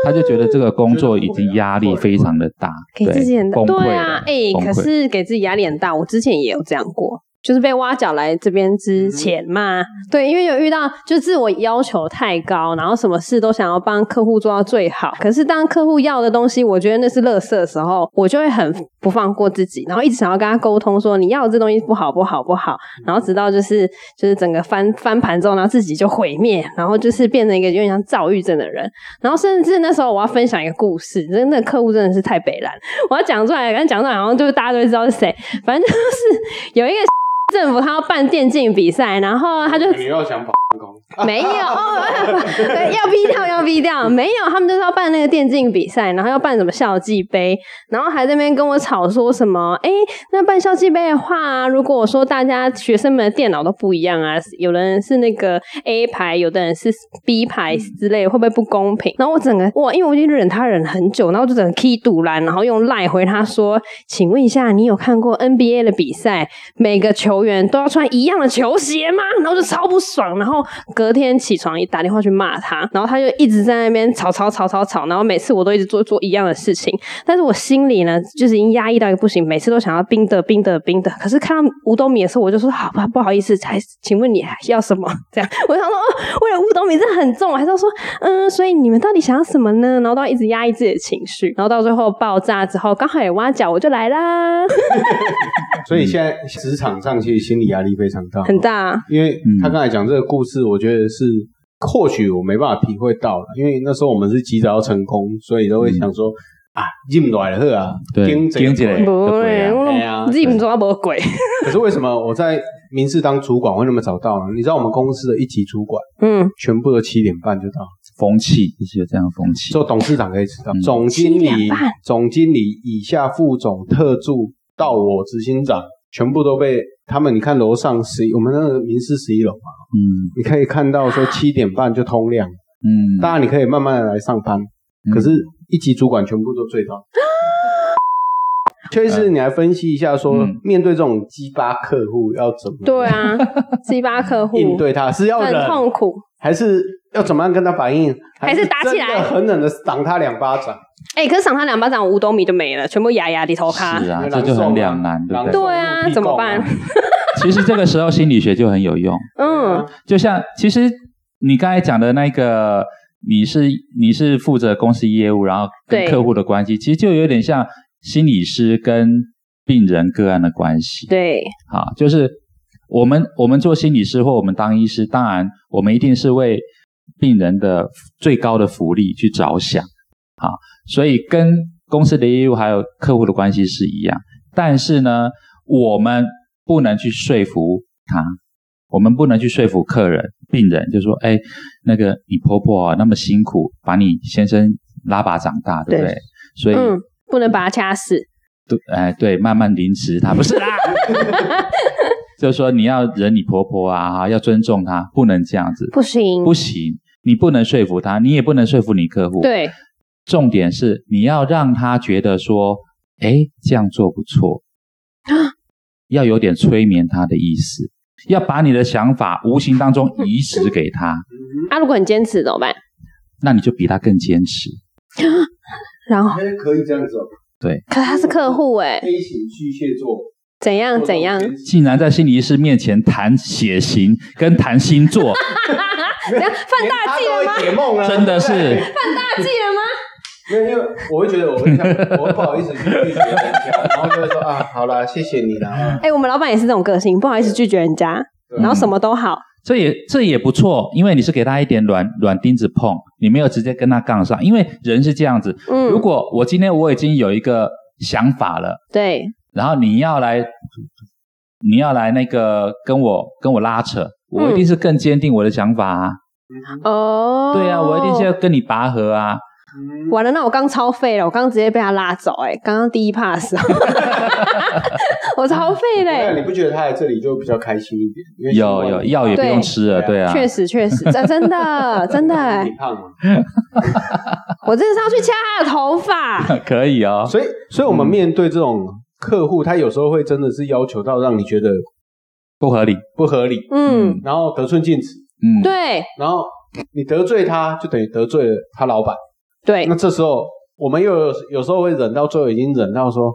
Speaker 3: 他就觉得这个工作已经压力非常的大，
Speaker 2: 给
Speaker 3: 对
Speaker 2: 自己很大
Speaker 3: 崩溃
Speaker 2: 对
Speaker 3: 了
Speaker 2: 啊，哎、
Speaker 3: 崩溃
Speaker 2: 可是给自己压力很大。我之前也有这样过，就是被挖角来这边
Speaker 3: 嗯
Speaker 2: 之前嘛，对，因为有遇到就自我要求太高，然后什么事都想要帮客户做到最好。可是当客户要的东西，我觉得那是垃圾的时候，我就会很不放过自己，然后一直想要跟他沟通说你要的这东西不好，不好，不好。
Speaker 3: 嗯
Speaker 2: 然后直到就是就是整个翻翻盘之后，然后自己就毁灭，然后就是变成一个有点像躁郁症的人。然后甚至那时候我要分享一个故事，真的客户真的是太北蓝，我要讲出来，但讲出来好像就是大家都会知道是谁。反正就是有一个 政府他要办电竞比赛，然 后他就
Speaker 1: 你又想跑公司，
Speaker 2: 没有哦，对要逼掉，要逼掉，没有，他们就是要办那个电竞比赛，然后要办什么校际杯，然后还在那边跟我吵说什么，哎，那办校际杯的话、啊如果我说大家学生们的电脑都不一样啊，有的人是那个 A 牌，有的人是 B 牌之类的，会不会不公平？然后我整个哇，因为我已经忍他忍很久，然后我就整个 key 堵拦，然后用赖回他说，请问一下，你有看过 NBA 的比赛，每个球员都要穿一样的球鞋吗？然后就超不爽，然后隔天起床也打电话去骂他，然后他就一直在那边吵吵吵吵吵，然后每次我都一直做做一样的事情，但是我心里呢，就是已经压抑到一个不行，每次都想要冰的冰的冰的。可是看到五斗米的时候，我就说好吧，不好意思，还请问你还要什么？ 这样，我想说，哦，为了五斗米这很重，我还是要说，嗯，所以你们到底想要什么呢？然后到一直压抑自己的情绪，然后到最后爆炸之后，刚好也挖角，我就来啦，
Speaker 1: 所以现在职场上其实心理压力非常大，
Speaker 2: 很大，
Speaker 1: 因为他刚才讲这个故事，我觉得是或许我没办法体会到了，因为那时候我们是急着要成功，所以都会想说，啊，忍耐了呵啊，
Speaker 3: 对
Speaker 1: 经济
Speaker 3: 经济嘞
Speaker 2: 不
Speaker 3: 对
Speaker 2: 会，
Speaker 3: 啊
Speaker 2: 我
Speaker 1: 哎呀
Speaker 2: 拢自己不抓不鬼。
Speaker 1: 可是为什么我在民事当主管会那么早到呢？你知道我们公司的一级主管
Speaker 2: 嗯，
Speaker 1: 全部都七点半就到，
Speaker 3: 风气就是有这样的风气
Speaker 1: 只。有董事长可以迟到，
Speaker 3: 嗯
Speaker 1: 总经理
Speaker 2: 7:30、
Speaker 1: 总经理以下副总、特助到我执行长，全部都被他们。你看楼上十一，我们那个民事十一楼嘛，
Speaker 3: 嗯
Speaker 1: 你可以看到说七点半就通亮，
Speaker 3: 嗯，
Speaker 1: 当然你可以慢慢的来上班，
Speaker 3: 嗯
Speaker 1: 可是一级主管全部都最高。 崔师，你来分析一下说
Speaker 3: 嗯
Speaker 1: 面对这种鸡巴客户要怎么
Speaker 2: 对啊，鸡巴客户
Speaker 1: 应对他，是要
Speaker 2: 很
Speaker 1: 忍
Speaker 2: 痛苦。
Speaker 1: 还是要怎么样跟他反应？
Speaker 2: 还是打起来
Speaker 1: 真的狠狠的赏他两巴掌？
Speaker 2: 哎，可是赏他两巴掌，五斗米就没了，全部牙牙里头咖
Speaker 3: 是。啊，
Speaker 1: 因为
Speaker 3: 这就
Speaker 1: 狼兽
Speaker 3: 很
Speaker 1: 嘛
Speaker 3: 两难，对不
Speaker 1: 狼
Speaker 3: 对
Speaker 1: 兽？
Speaker 2: 对啊
Speaker 1: 入地
Speaker 2: 怎么
Speaker 1: 洞
Speaker 2: 办
Speaker 3: 其实这个时候心理学就很有用，
Speaker 2: 嗯，
Speaker 3: 就像其实你刚才讲的那个，你是你是负责公司业务，然后跟
Speaker 2: 对
Speaker 3: 客户的关系，其实就有点像心理师跟病人个案的关系。
Speaker 2: 对，
Speaker 3: 啊，就是我们我们做心理师或我们当医师，当然我们一定是为病人的最高的福利去着想啊，所以跟公司的业务还有客户的关系是一样，但是呢，我们不能去说服他。我们不能去说服客人、病人，就说：“哎，那个你婆婆、啊、那么辛苦，把你先生拉拔长大，对不对？
Speaker 2: 对
Speaker 3: 所以，
Speaker 2: 嗯，不能把他掐死。
Speaker 3: 对，哎，对，慢慢凌迟她，不是啦，就是说你要忍你婆婆啊，哈要尊重她，不能这样子，
Speaker 2: 不行，
Speaker 3: 不行，你不能说服她，你也不能说服你客户。，
Speaker 2: 对，
Speaker 3: 重点是你要让他觉得说，哎，这样做不错，要有点催眠他的意思，要把你的想法无形当中移植给他，
Speaker 2: 啊，如果你坚持怎么办？
Speaker 3: 那你就比他更坚持。
Speaker 2: 然后，
Speaker 1: 哎，可以这样子哦。
Speaker 2: 可他是客户哎，
Speaker 1: A 型巨蟹座，
Speaker 2: 怎样怎 样？
Speaker 3: 竟然在心理医师面前谈血型跟谈星座，
Speaker 2: 怎样犯大忌了吗？
Speaker 1: 他都会解梦了，
Speaker 3: 真的是。
Speaker 2: 大啊忌了吗？
Speaker 1: 因为因为我会觉得我会这样，我会不好意思去拒绝人家，然后就会说啊，好啦，谢谢你啦。啊
Speaker 2: 哎，我们老板也是这种个性，不好意思拒绝人家，
Speaker 1: 对
Speaker 2: 然后什么都好，
Speaker 3: 这也这也不错，因为你是给他一点软软钉子碰，你没有直接跟他杠上，因为人是这样子。
Speaker 2: 嗯，
Speaker 3: 如果我今天我已经有一个想法了，
Speaker 2: 对，
Speaker 3: 然后你要来你要来那个跟我跟我拉
Speaker 2: 嗯
Speaker 3: 扯，我一定是更坚定我的想法啊。
Speaker 2: 哦，
Speaker 3: 对啊，我一定是要跟你拔河啊。
Speaker 1: 嗯
Speaker 2: 完了，那我刚超废了，我刚直接被他拉走、哎，刚刚第一 pass，我超废嘞、
Speaker 1: 那你不觉得他来这里就比较开心一点？因为
Speaker 3: 有有药也不用吃了，对
Speaker 1: 对
Speaker 3: 啊，
Speaker 2: 确实确实，真真的真的、哎
Speaker 1: 你胖啊嘛。
Speaker 2: 我真的是要去掐他的头发，
Speaker 3: 可以哦。
Speaker 1: 所以，所以我
Speaker 2: 嗯
Speaker 1: 们面对这种客户，他有时候会真的是要求到让你觉得
Speaker 3: 不合理，
Speaker 1: 不合理，
Speaker 2: 嗯，
Speaker 1: 然后得寸进尺，
Speaker 3: 嗯，
Speaker 2: 对
Speaker 1: 然后你得罪他，就等于得罪了他老板。
Speaker 2: 对
Speaker 1: 那，这时候我们又有有时候会忍到最后，已经忍到说，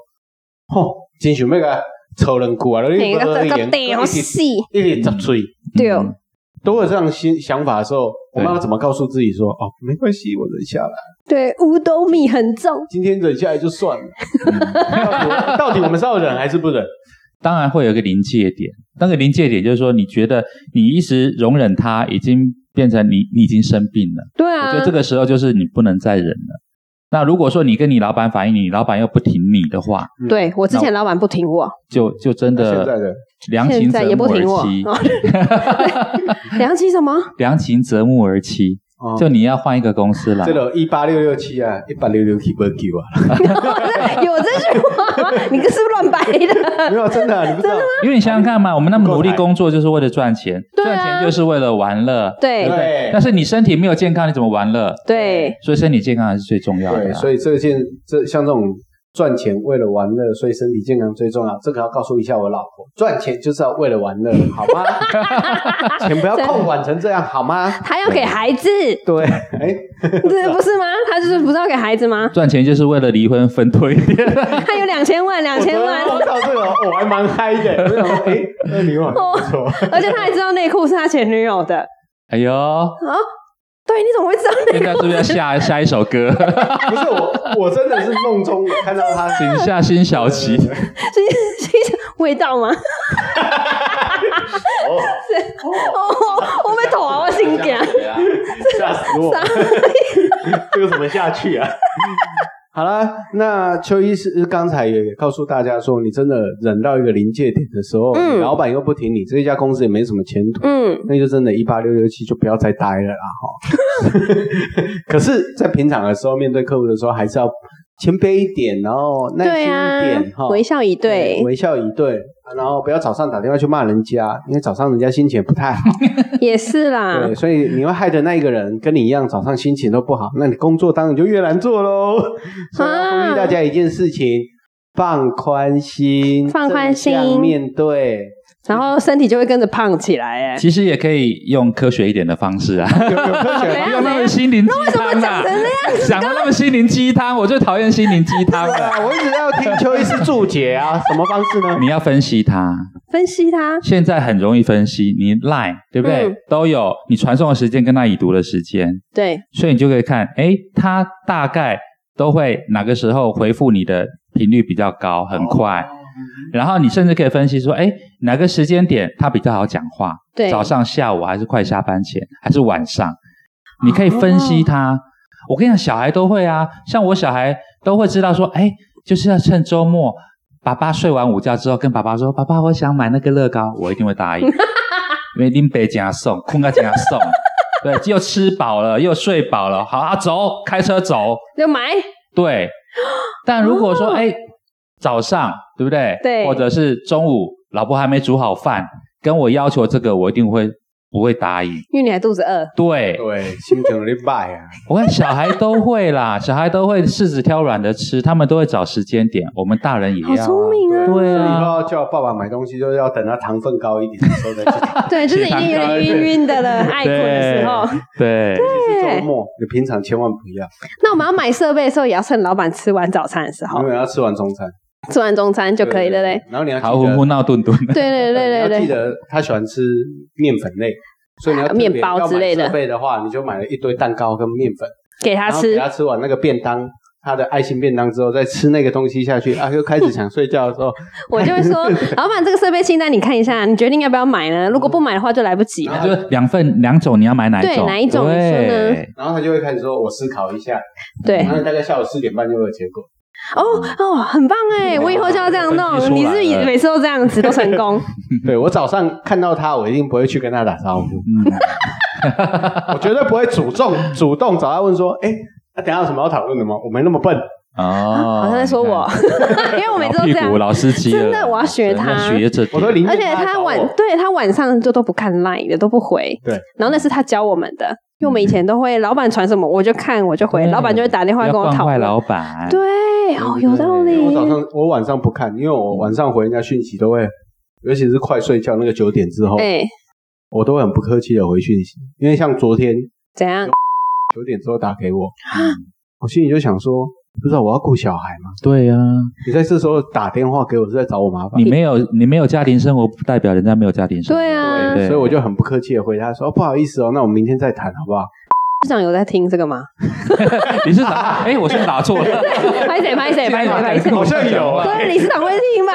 Speaker 1: 吼，真想那个丑人骨啊，你
Speaker 2: 每
Speaker 1: 不
Speaker 2: 个
Speaker 1: 得
Speaker 2: 这个
Speaker 1: 演，
Speaker 2: 屌
Speaker 1: 一直
Speaker 2: 戏，
Speaker 1: 一直砸嘴。
Speaker 2: 对哦
Speaker 3: 嗯
Speaker 1: 都有这样心想法的时候，我们要怎么告诉自己说，哦，没关系，我忍下来，
Speaker 2: 对，五斗米很重，
Speaker 1: 今天忍下来就算 了。到底我到底我们是要忍还是不忍？
Speaker 3: 当然会有一个临界点，那个临界点就是说，你觉得你一直容忍他，已经变成你你已经生病了。
Speaker 2: 对
Speaker 3: 我
Speaker 2: 啊，
Speaker 3: 觉得这个时候就是你不能再忍了。那如果说你跟你老板反映，你老板又不听你的话，
Speaker 2: 对我之前老板不听我，
Speaker 3: 就就真
Speaker 1: 那现在
Speaker 3: 的
Speaker 1: 的
Speaker 3: 良禽
Speaker 2: 现在
Speaker 3: 择
Speaker 2: 也
Speaker 3: 木
Speaker 2: 不听我
Speaker 3: 而栖，
Speaker 2: 梁起什么？
Speaker 3: 良禽择木而栖。
Speaker 1: 哦
Speaker 3: 就你要换一个公司来
Speaker 1: 这，个一八六六七啊，一八六六七不救啊，
Speaker 2: 有这句话吗？你这是不是乱掰 的？
Speaker 1: 没有真的啊，你不知道。
Speaker 3: 因为你想想看嘛，我们那么努力
Speaker 1: 够台
Speaker 3: 工作就是为了赚钱，
Speaker 2: 对啊
Speaker 3: 赚钱就是为了玩乐，
Speaker 2: 对
Speaker 3: 不
Speaker 1: 对
Speaker 3: 但是你身体没有健康，你怎么玩乐？
Speaker 2: 对，
Speaker 3: 所以身体健康还是最重要的
Speaker 1: 对，
Speaker 3: 啊。
Speaker 1: 所以这件这像这种赚钱为了玩乐，所以身体健康最重要。这个要告诉一下我老婆，赚钱就是要为了玩乐，好吗？钱不要控管成这样，好吗？
Speaker 2: 他要给孩子，
Speaker 1: 对，哎，
Speaker 2: 这不是吗？他就是不是要给孩子吗？
Speaker 3: 赚钱就是为了离婚分多一点。
Speaker 2: 他有两千万，两千万
Speaker 1: 我，碰到这个我还蛮嗨的，我想说，哎，那你 玩不错，
Speaker 2: 哦而且他还知道内裤是他前女友的。啊
Speaker 3: 哎呦，
Speaker 2: 对，你怎么会知道内
Speaker 3: 现在是不是要下下一首歌？
Speaker 1: 不是我，我真的是梦中看到他。
Speaker 3: 请下辛晓琪。
Speaker 2: 是是味道 吗？
Speaker 1: 哦，
Speaker 2: 哦，我被捅啊，我心惊。
Speaker 1: 吓死我！这个怎么下去啊？ 好啦，那邱医师呃刚才也告诉大家说，你真的忍到一个临界点的时候，
Speaker 2: 嗯
Speaker 1: 你老板又不挺你，这一家公司也没什么前途，
Speaker 2: 嗯，
Speaker 1: 那就真的一八六六七就不要再待了啦哈。 可是，在平常的时候，面对客户的时候，还是要谦卑一点，然后耐心
Speaker 2: 对
Speaker 1: 一点哈、
Speaker 2: 啊，微笑以对，
Speaker 1: 微笑以对，啊然后不要早上打电话去骂人家，因为早上人家心情也不太好，
Speaker 2: 也是啦
Speaker 1: 对，。所以你会害得那一个人跟你一样早上心情都不好，那你工作当然就越难做喽。所以要呼吁大
Speaker 2: 啊
Speaker 1: 家一件事情。放宽心，
Speaker 2: 放宽心
Speaker 1: 正向面对，
Speaker 2: 然后身体就会跟着胖起来，哎，
Speaker 3: 其实也可以用科学一点的方式啊，
Speaker 1: 有有科学
Speaker 2: 怎
Speaker 1: 吗
Speaker 2: 样
Speaker 3: 不要那么心灵鸡汤
Speaker 2: 讲
Speaker 3: 啊
Speaker 2: 成，那样，
Speaker 3: 讲的那么心灵鸡汤，我最讨厌心灵鸡 汤
Speaker 1: 对
Speaker 3: 了。
Speaker 1: 啊，我一直要听邱医师注解啊，什么方式呢？
Speaker 3: 你要分析它，
Speaker 2: 分析它，
Speaker 3: 现在很容易分析，你 Line 对不对？
Speaker 2: 嗯
Speaker 3: 都有你传送的时间跟它已读的时间，
Speaker 2: 对，
Speaker 3: 所以你就可以看，哎，它大概都会哪个时候回复你的频率比较高，很快。
Speaker 2: 哦
Speaker 3: 然后你甚至可以分析说，哎，哪个时间点它比较好讲话？
Speaker 2: 对
Speaker 3: 早上、下午还是快下班前，还是晚上？你可以分
Speaker 2: 哦
Speaker 3: 析它。我跟你讲，小孩都会啊，像我小孩都会知道说，哎，就是要趁周末。爸爸睡完午觉之后，跟爸爸说：“爸爸，我想买那个乐高。”我一定会 答应，因为拎北家送，困个家送，对，又吃饱了，又睡饱了，好啊，走，开车走，
Speaker 2: 就买，
Speaker 3: 对， 但如果说
Speaker 2: 哦
Speaker 3: 哎、早上对不对？
Speaker 2: 对
Speaker 3: 或者是中午老婆还没煮好饭，跟我要求这个，我一定会不会答应。
Speaker 2: 因为你还肚子饿，
Speaker 3: 对，
Speaker 1: 对， 心情有点败 啊。
Speaker 3: 我看小孩都会啦，小孩都会柿子挑软的吃，他们都会找时间点，我们大人也要、
Speaker 2: 好聪。明啊，
Speaker 3: 对
Speaker 1: 所以以后
Speaker 3: 啊，
Speaker 1: 要叫爸爸买东西，就是要等他糖分高一点的时候再 去吃。
Speaker 2: 对，就是已经有点晕晕 的了，爱困的时候。
Speaker 3: 对，
Speaker 1: 是周末，你平常千万不要，
Speaker 2: 那我们要买设备的时候，也要趁老板吃完早餐的时候
Speaker 1: 因，为要吃完中餐
Speaker 2: 吃完中餐就可以了嘞。。
Speaker 1: 然后你要记得
Speaker 3: 好混混闹顿顿。
Speaker 2: 对对对
Speaker 1: 你要
Speaker 2: 对
Speaker 1: 记
Speaker 2: 对，啊
Speaker 1: 得他喜欢吃面粉类，所以你要特别
Speaker 2: 面包之类的
Speaker 1: 要买设备的话，你就买了一堆蛋糕跟面粉，
Speaker 2: 给他
Speaker 1: 然后给
Speaker 2: 吃，
Speaker 1: 他吃完那个便当。他的爱心便当之后，再吃那个东西下去啊，又开始想睡觉的 时候，
Speaker 2: 我就会说， 老板这个设备清单你看一下，你决定要不要买呢？如果不买的话，就来不及
Speaker 3: 那
Speaker 2: 了。
Speaker 3: 就是两份两种，你要买哪一
Speaker 2: 对
Speaker 3: 种？
Speaker 2: 哪一种你说呢
Speaker 3: 对
Speaker 1: 然后他就会开始说：“我思考一下。”
Speaker 2: 对
Speaker 1: 然，后大概下午四点半就会有结果。
Speaker 2: 哦哦，很棒哎，我以后就要这样
Speaker 3: 分析
Speaker 2: 弄。
Speaker 3: 出
Speaker 2: 你是
Speaker 3: 来
Speaker 2: 不
Speaker 3: 了
Speaker 2: 是每次都这样子都成功？
Speaker 1: 对我早上看到他，我一定不会去跟他打 招呼，
Speaker 3: 嗯，
Speaker 1: 我绝对不会主动主动找他问说：“哎、那、等一下有什么要讨论的吗？”我没那么笨。
Speaker 3: 哦，
Speaker 2: 好像在说我，因为我每 次都这
Speaker 3: 老屁
Speaker 2: 样
Speaker 3: 股。老司机了，
Speaker 2: 真的我要学他
Speaker 3: 真的学着点。
Speaker 1: 我都零
Speaker 2: 而
Speaker 1: 点
Speaker 2: 且
Speaker 1: 他
Speaker 2: 他
Speaker 1: 找我
Speaker 2: 晚对他晚上就都不看 line 的，都不回。
Speaker 1: 对，
Speaker 2: 然后那是他教我们的，因为我们以前都会，老板传什么我就看，我就回，
Speaker 3: 对
Speaker 2: 老板就会打电话跟
Speaker 3: 不
Speaker 2: 我
Speaker 3: 要惯
Speaker 2: 讨
Speaker 3: 坏
Speaker 2: 论。
Speaker 3: 老板，
Speaker 2: 对，哦，有道理。
Speaker 1: 我早上我晚上不看，因为我晚上回人家讯息都会，尤其是快睡觉那个九点之后，
Speaker 2: 哎，
Speaker 1: 我都会很不客气的回讯息，因为像昨天
Speaker 2: 怎样？
Speaker 1: 九点之后打给我，嗯我心里就想说，不知道我要顾小孩吗？
Speaker 3: 对啊，
Speaker 1: 你在这时候打电话给我是在找我麻烦
Speaker 3: 你。没有你没有家庭生活，不代表人家没有家庭生活。
Speaker 2: 对啊
Speaker 3: 对
Speaker 1: 所以我就很不客气的回他说、哦不好意思哦，那我们明天再谈好不好？
Speaker 2: 市长有在听这个吗？
Speaker 3: 理事长，哎，我是不是打 错了，
Speaker 2: 拍谁 拍谁
Speaker 3: 现在
Speaker 2: 拍谁
Speaker 3: 有
Speaker 2: 拍谁
Speaker 3: 跟。我讲
Speaker 1: 好像有啊
Speaker 2: 对，理事长会听吧？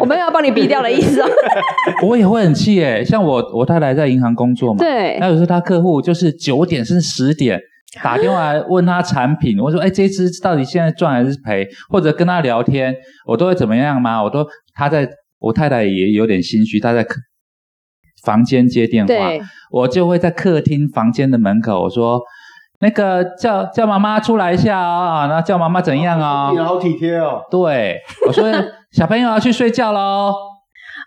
Speaker 2: 我没有要帮你逼掉的意思哦。
Speaker 3: 我也会很气哎。像我我太太在银行工作嘛，，
Speaker 2: 对
Speaker 3: 那，有时候她客户就是九点甚至十点。打电话来问他产品，我说：“哎，这只到底现在赚还是赔？”或者跟他聊天，我都会怎么样吗？我都他在我太太也有点心虚，她在房间接电话，
Speaker 2: 对，
Speaker 3: 我就会在客厅房间的门口我说：“那个叫叫妈妈出来一下哦啊、然后叫妈妈怎样
Speaker 1: 你
Speaker 3: 哦？
Speaker 1: 好体贴哦，
Speaker 3: 对，我说小朋友要去睡觉喽。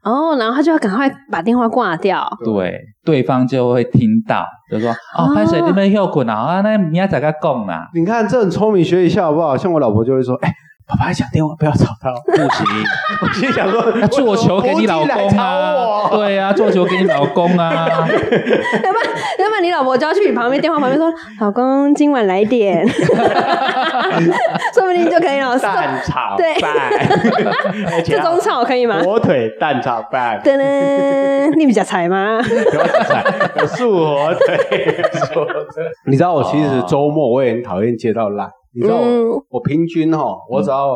Speaker 2: 哦，然后他就要赶快把电话挂掉。
Speaker 3: 对，对方就会听到，就说：“哦，
Speaker 2: 啊
Speaker 3: 拍水那边又滚啊，啊那你要怎个 供啦？
Speaker 1: 你看这很聪明，学一下好不好？像我老婆就会说，哎、爸爸在讲电话，不要吵他哦。
Speaker 3: 不行，
Speaker 1: 我心里想说，
Speaker 3: 要做球给你老
Speaker 1: 我
Speaker 3: 公
Speaker 1: 妻来吵
Speaker 3: 啊！
Speaker 1: 我
Speaker 3: 对啊，做球给你老公啊！
Speaker 2: 要不然，要不然你老婆就要去你旁边电话旁边说：“老公，今晚 来点。” 说不定就可以了。
Speaker 1: 蛋炒
Speaker 2: 对
Speaker 1: 饭， 而且
Speaker 2: 这中炒可以吗？
Speaker 1: 火腿蛋炒饭，
Speaker 2: 噔噔，你比较菜吗？
Speaker 1: 有菜有素火腿。 哦你知道我其实周末我也很讨厌接到烂，你知道我
Speaker 2: 嗯，
Speaker 1: 我平均哈，我只要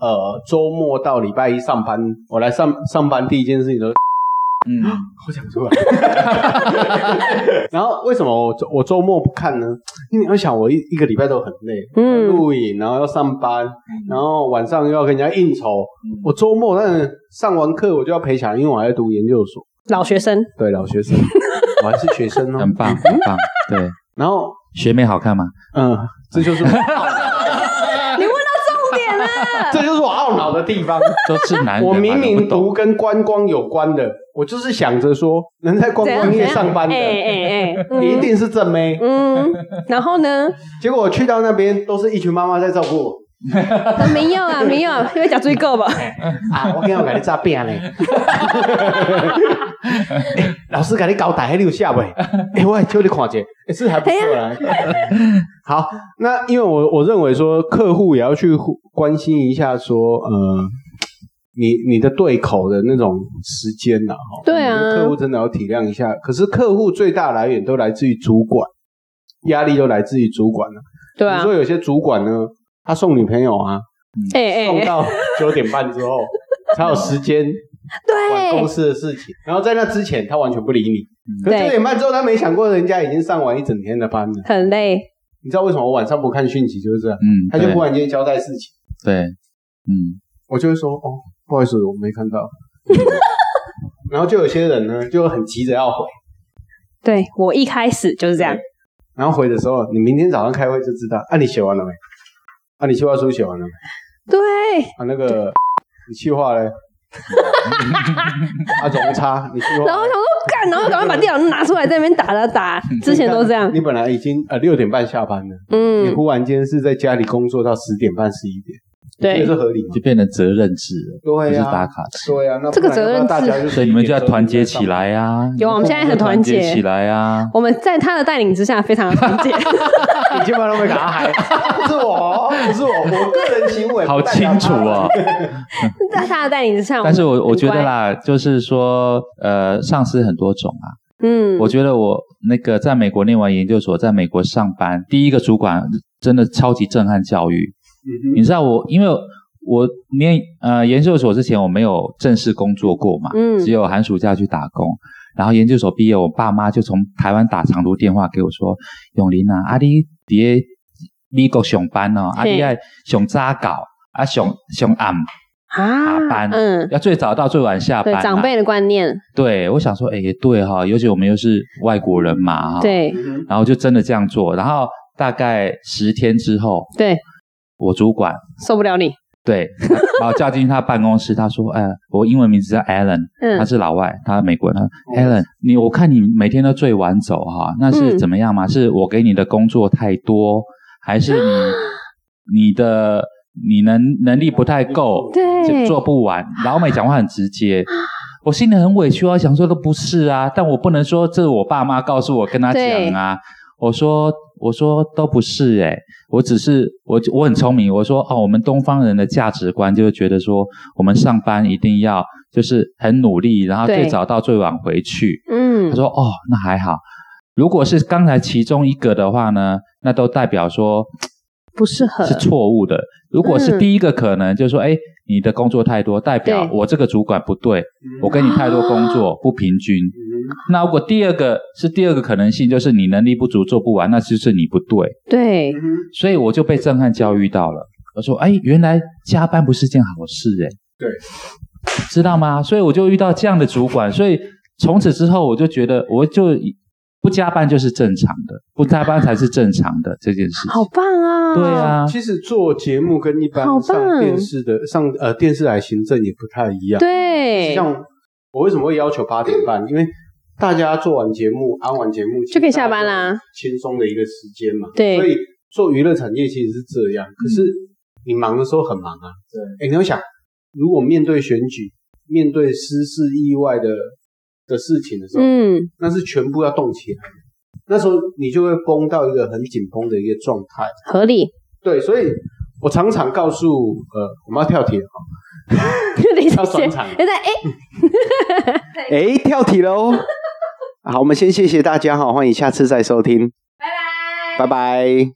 Speaker 1: 呃周末到礼拜一上班，我来上上班第一件事情都是
Speaker 3: 嗯，
Speaker 1: 我讲不 出来。然后为什么我周我周末不看呢？因为你要想，我一一个礼拜都很累，
Speaker 2: 嗯
Speaker 1: 录影，然后要上班，然后晚上又要跟人家应酬。
Speaker 2: 嗯
Speaker 1: 我周末但上完课我就要陪小孩，因为我还在读研究所，
Speaker 2: 老 学生，
Speaker 1: 对，老学 生，我还是学生哦。
Speaker 3: 很棒，很棒。对，
Speaker 1: 然后，
Speaker 3: 学妹好看吗？
Speaker 1: 嗯，这 就是我
Speaker 2: 你问到重点了。
Speaker 1: 这就是我懊恼的 地方。
Speaker 3: 都是男人嘛，
Speaker 1: 我明
Speaker 3: 都
Speaker 1: 明
Speaker 3: 不懂
Speaker 1: 读跟观光有关的，我就是想着说，能在观
Speaker 2: 怎样
Speaker 1: 光
Speaker 2: 怎
Speaker 1: 业
Speaker 2: 样？
Speaker 1: 上班的，
Speaker 2: 哎哎哎，嗯
Speaker 1: 一定是正妹。
Speaker 2: 嗯，然后呢？
Speaker 1: 结果我去到那边，都是一群妈妈在照顾我。
Speaker 2: 啊没有啊，没有啊，因为讲最 够吧。
Speaker 1: 啊，我今日甲你诈骗咧。欸 老师甲你交代，迄你有写未？欸，我会叫你看者，欸，是还不错啦。
Speaker 2: 哎
Speaker 1: 好，那因为我我认为说，客户也要去关心一下说，呃，你你的对口的那种时间呐、哈。
Speaker 2: 对啊
Speaker 1: 我觉得客户真的要体谅一下。可是客户最大来源都来自于主管，压力都来自于主管啊。
Speaker 2: 对
Speaker 1: 你
Speaker 2: 啊
Speaker 1: 说，有些主管呢，他送女朋友啊，
Speaker 2: 哎
Speaker 1: 送
Speaker 2: 哎，哎
Speaker 1: 到九点半之 后才有时间管公
Speaker 2: 对，
Speaker 1: 司的事情，然后在那之前他完全不理你。可
Speaker 2: 对
Speaker 1: 九点半之后，他没想过人家已经上完一整天的班了。
Speaker 2: 很累。
Speaker 1: 你知道为什么我晚上不看讯息就是这样？
Speaker 3: 嗯，
Speaker 1: 他就
Speaker 3: 对
Speaker 1: 忽然间交代事情，
Speaker 3: 对，嗯，
Speaker 1: 我就会说哦，不好意思，我没 看到。然后就有些人呢就很急着要回，
Speaker 2: 对我一开始就是这样，
Speaker 1: 然后回的时候，你明天早上开会就知道。啊，你写完了没？啊，你计划书写完了没？
Speaker 2: 对，
Speaker 1: 啊，那个你计划 嘞？啊，容差，你计划嘞？
Speaker 2: 然后我想说干，然后赶快把电脑拿出来，在那边打打打，
Speaker 3: 嗯
Speaker 2: 之前都这样
Speaker 1: 你，本来已经呃六点半下班了，你
Speaker 2: 嗯，
Speaker 1: 忽然间是在家里工作到十点半十一点，
Speaker 2: 对
Speaker 1: 这
Speaker 3: 嗯
Speaker 1: 是合理吗
Speaker 3: 就？变成责任制了，不
Speaker 1: 对
Speaker 3: 是
Speaker 1: 呀、
Speaker 3: 打卡
Speaker 1: 对啊呀、那
Speaker 2: 这个
Speaker 1: 不然
Speaker 2: 责任
Speaker 1: 要不然大家就
Speaker 3: 制，所以你们就要团结起来呀、
Speaker 2: 有啊我们现在很团
Speaker 3: 团
Speaker 2: 结
Speaker 3: 起来啊呀、
Speaker 2: 我们在他的带领之下非常的团结，
Speaker 1: 11 点钟就在上班，你千万都没打 嗨，不是我哦，不是我，我个人行为
Speaker 3: 好清楚哦。
Speaker 2: 在他的带领之下，
Speaker 3: 但是我我觉得
Speaker 2: 很乖，
Speaker 3: 啦，就是说，呃，上司很多种啊。
Speaker 2: 嗯，
Speaker 3: 我觉得我那个在美国念完研究所，在美国上班，第一个主管真的超级震撼教育。
Speaker 2: 嗯
Speaker 3: 你知道我，因为我念呃研究所之前我没有正式工作过嘛，
Speaker 2: 嗯
Speaker 3: 只有寒暑假去打工。然后研究所毕业，我爸妈就从台湾打长途电话给我说：“永林啊，啊你别美国上班哦，啊
Speaker 2: 嘿
Speaker 3: 你爱上早搞，啊上上暗，
Speaker 2: 啊
Speaker 3: 下班
Speaker 2: 嗯，
Speaker 3: 要最早到最晚下班、
Speaker 2: 对
Speaker 3: 啊。”
Speaker 2: 长辈的观念，
Speaker 3: 对，我想说，哎，也对哈、尤其我们又是外国人嘛哈、。
Speaker 2: 对
Speaker 1: 嗯
Speaker 3: 然后就真的这样做，然后大概十天之后，
Speaker 2: 对，
Speaker 3: 我主管
Speaker 2: 受不了你，
Speaker 3: 对把我叫进他办公室，他说：“哎，我英文名字叫 Alan，
Speaker 2: 嗯哦
Speaker 3: 他，是老外，他美国人。他说 Alan，你我看你每天都最晚走哈、那是
Speaker 2: 嗯
Speaker 3: 怎么样嘛？是我给你的工作太多，还是 你你的你能能力不太够？”
Speaker 2: 对，
Speaker 3: 做不完。老美讲话很直接，我心里很委屈啊，想说都不是啊，但我不能说这是我爸妈告诉我跟他讲啊。我说我说都不是诶、我只是我我很聪明，我说哦，我们东方人的价值观就是觉得说，我们上班一定要就是很努力，然后
Speaker 2: 对
Speaker 3: 最早到最晚回去。
Speaker 2: 嗯
Speaker 3: 他，说：“哦，那还好。如果是刚才其中一个的话呢，那都代表说
Speaker 2: 不适合
Speaker 3: 是错误的。如果是
Speaker 2: 嗯
Speaker 3: 第一个可能，就是说，哎，你的工作太多，代表
Speaker 2: 对啊
Speaker 3: 我这个主管不对，我给你太多工作不平均。
Speaker 1: 嗯
Speaker 3: 那如果第二个是第二个可能性，就是你能力不足做不完，那就是你不对。
Speaker 1: 嗯
Speaker 2: 对，
Speaker 3: 所以我就被震撼教育到了。我说，哎，原来加班不是件好事、哎，
Speaker 1: 对，
Speaker 3: 知道吗？所以我就遇到这样的主管，所以从此之后我就觉得，我就不加班就是正常的，不加班才是正常的这件事情。
Speaker 2: 好棒啊，
Speaker 3: 对啊，
Speaker 1: 其实做节目跟一般
Speaker 2: 好棒
Speaker 1: 上电视的上呃电视台行政也不太一样。
Speaker 2: 对，
Speaker 1: 像我为什么会要求八点半？因为大家做完节目、安完节目
Speaker 2: 就可以下班啦，
Speaker 1: 轻松的一个时间嘛。
Speaker 2: 对
Speaker 1: 所以做娱乐产业其实是这样。可是你忙的时候很忙啊。对，哎，你要想，如果面对选举、面对失事意外的的事情的时
Speaker 3: 哦
Speaker 1: 候，
Speaker 2: 嗯，
Speaker 1: 那是全部要动起来的。那时候你就会绷到一个很紧绷的一个状态。
Speaker 2: 合理，
Speaker 1: 对，所以我常常告诉呃，我们要跳题了哦，
Speaker 2: 你
Speaker 1: 要
Speaker 2: 这些
Speaker 1: 转，场了。
Speaker 2: 哎在哎，
Speaker 1: 哎，跳题了 哦。好，我们先谢谢大家哈，欢迎下次再收听，
Speaker 2: 拜
Speaker 1: 拜
Speaker 2: 拜。
Speaker 1: 拜。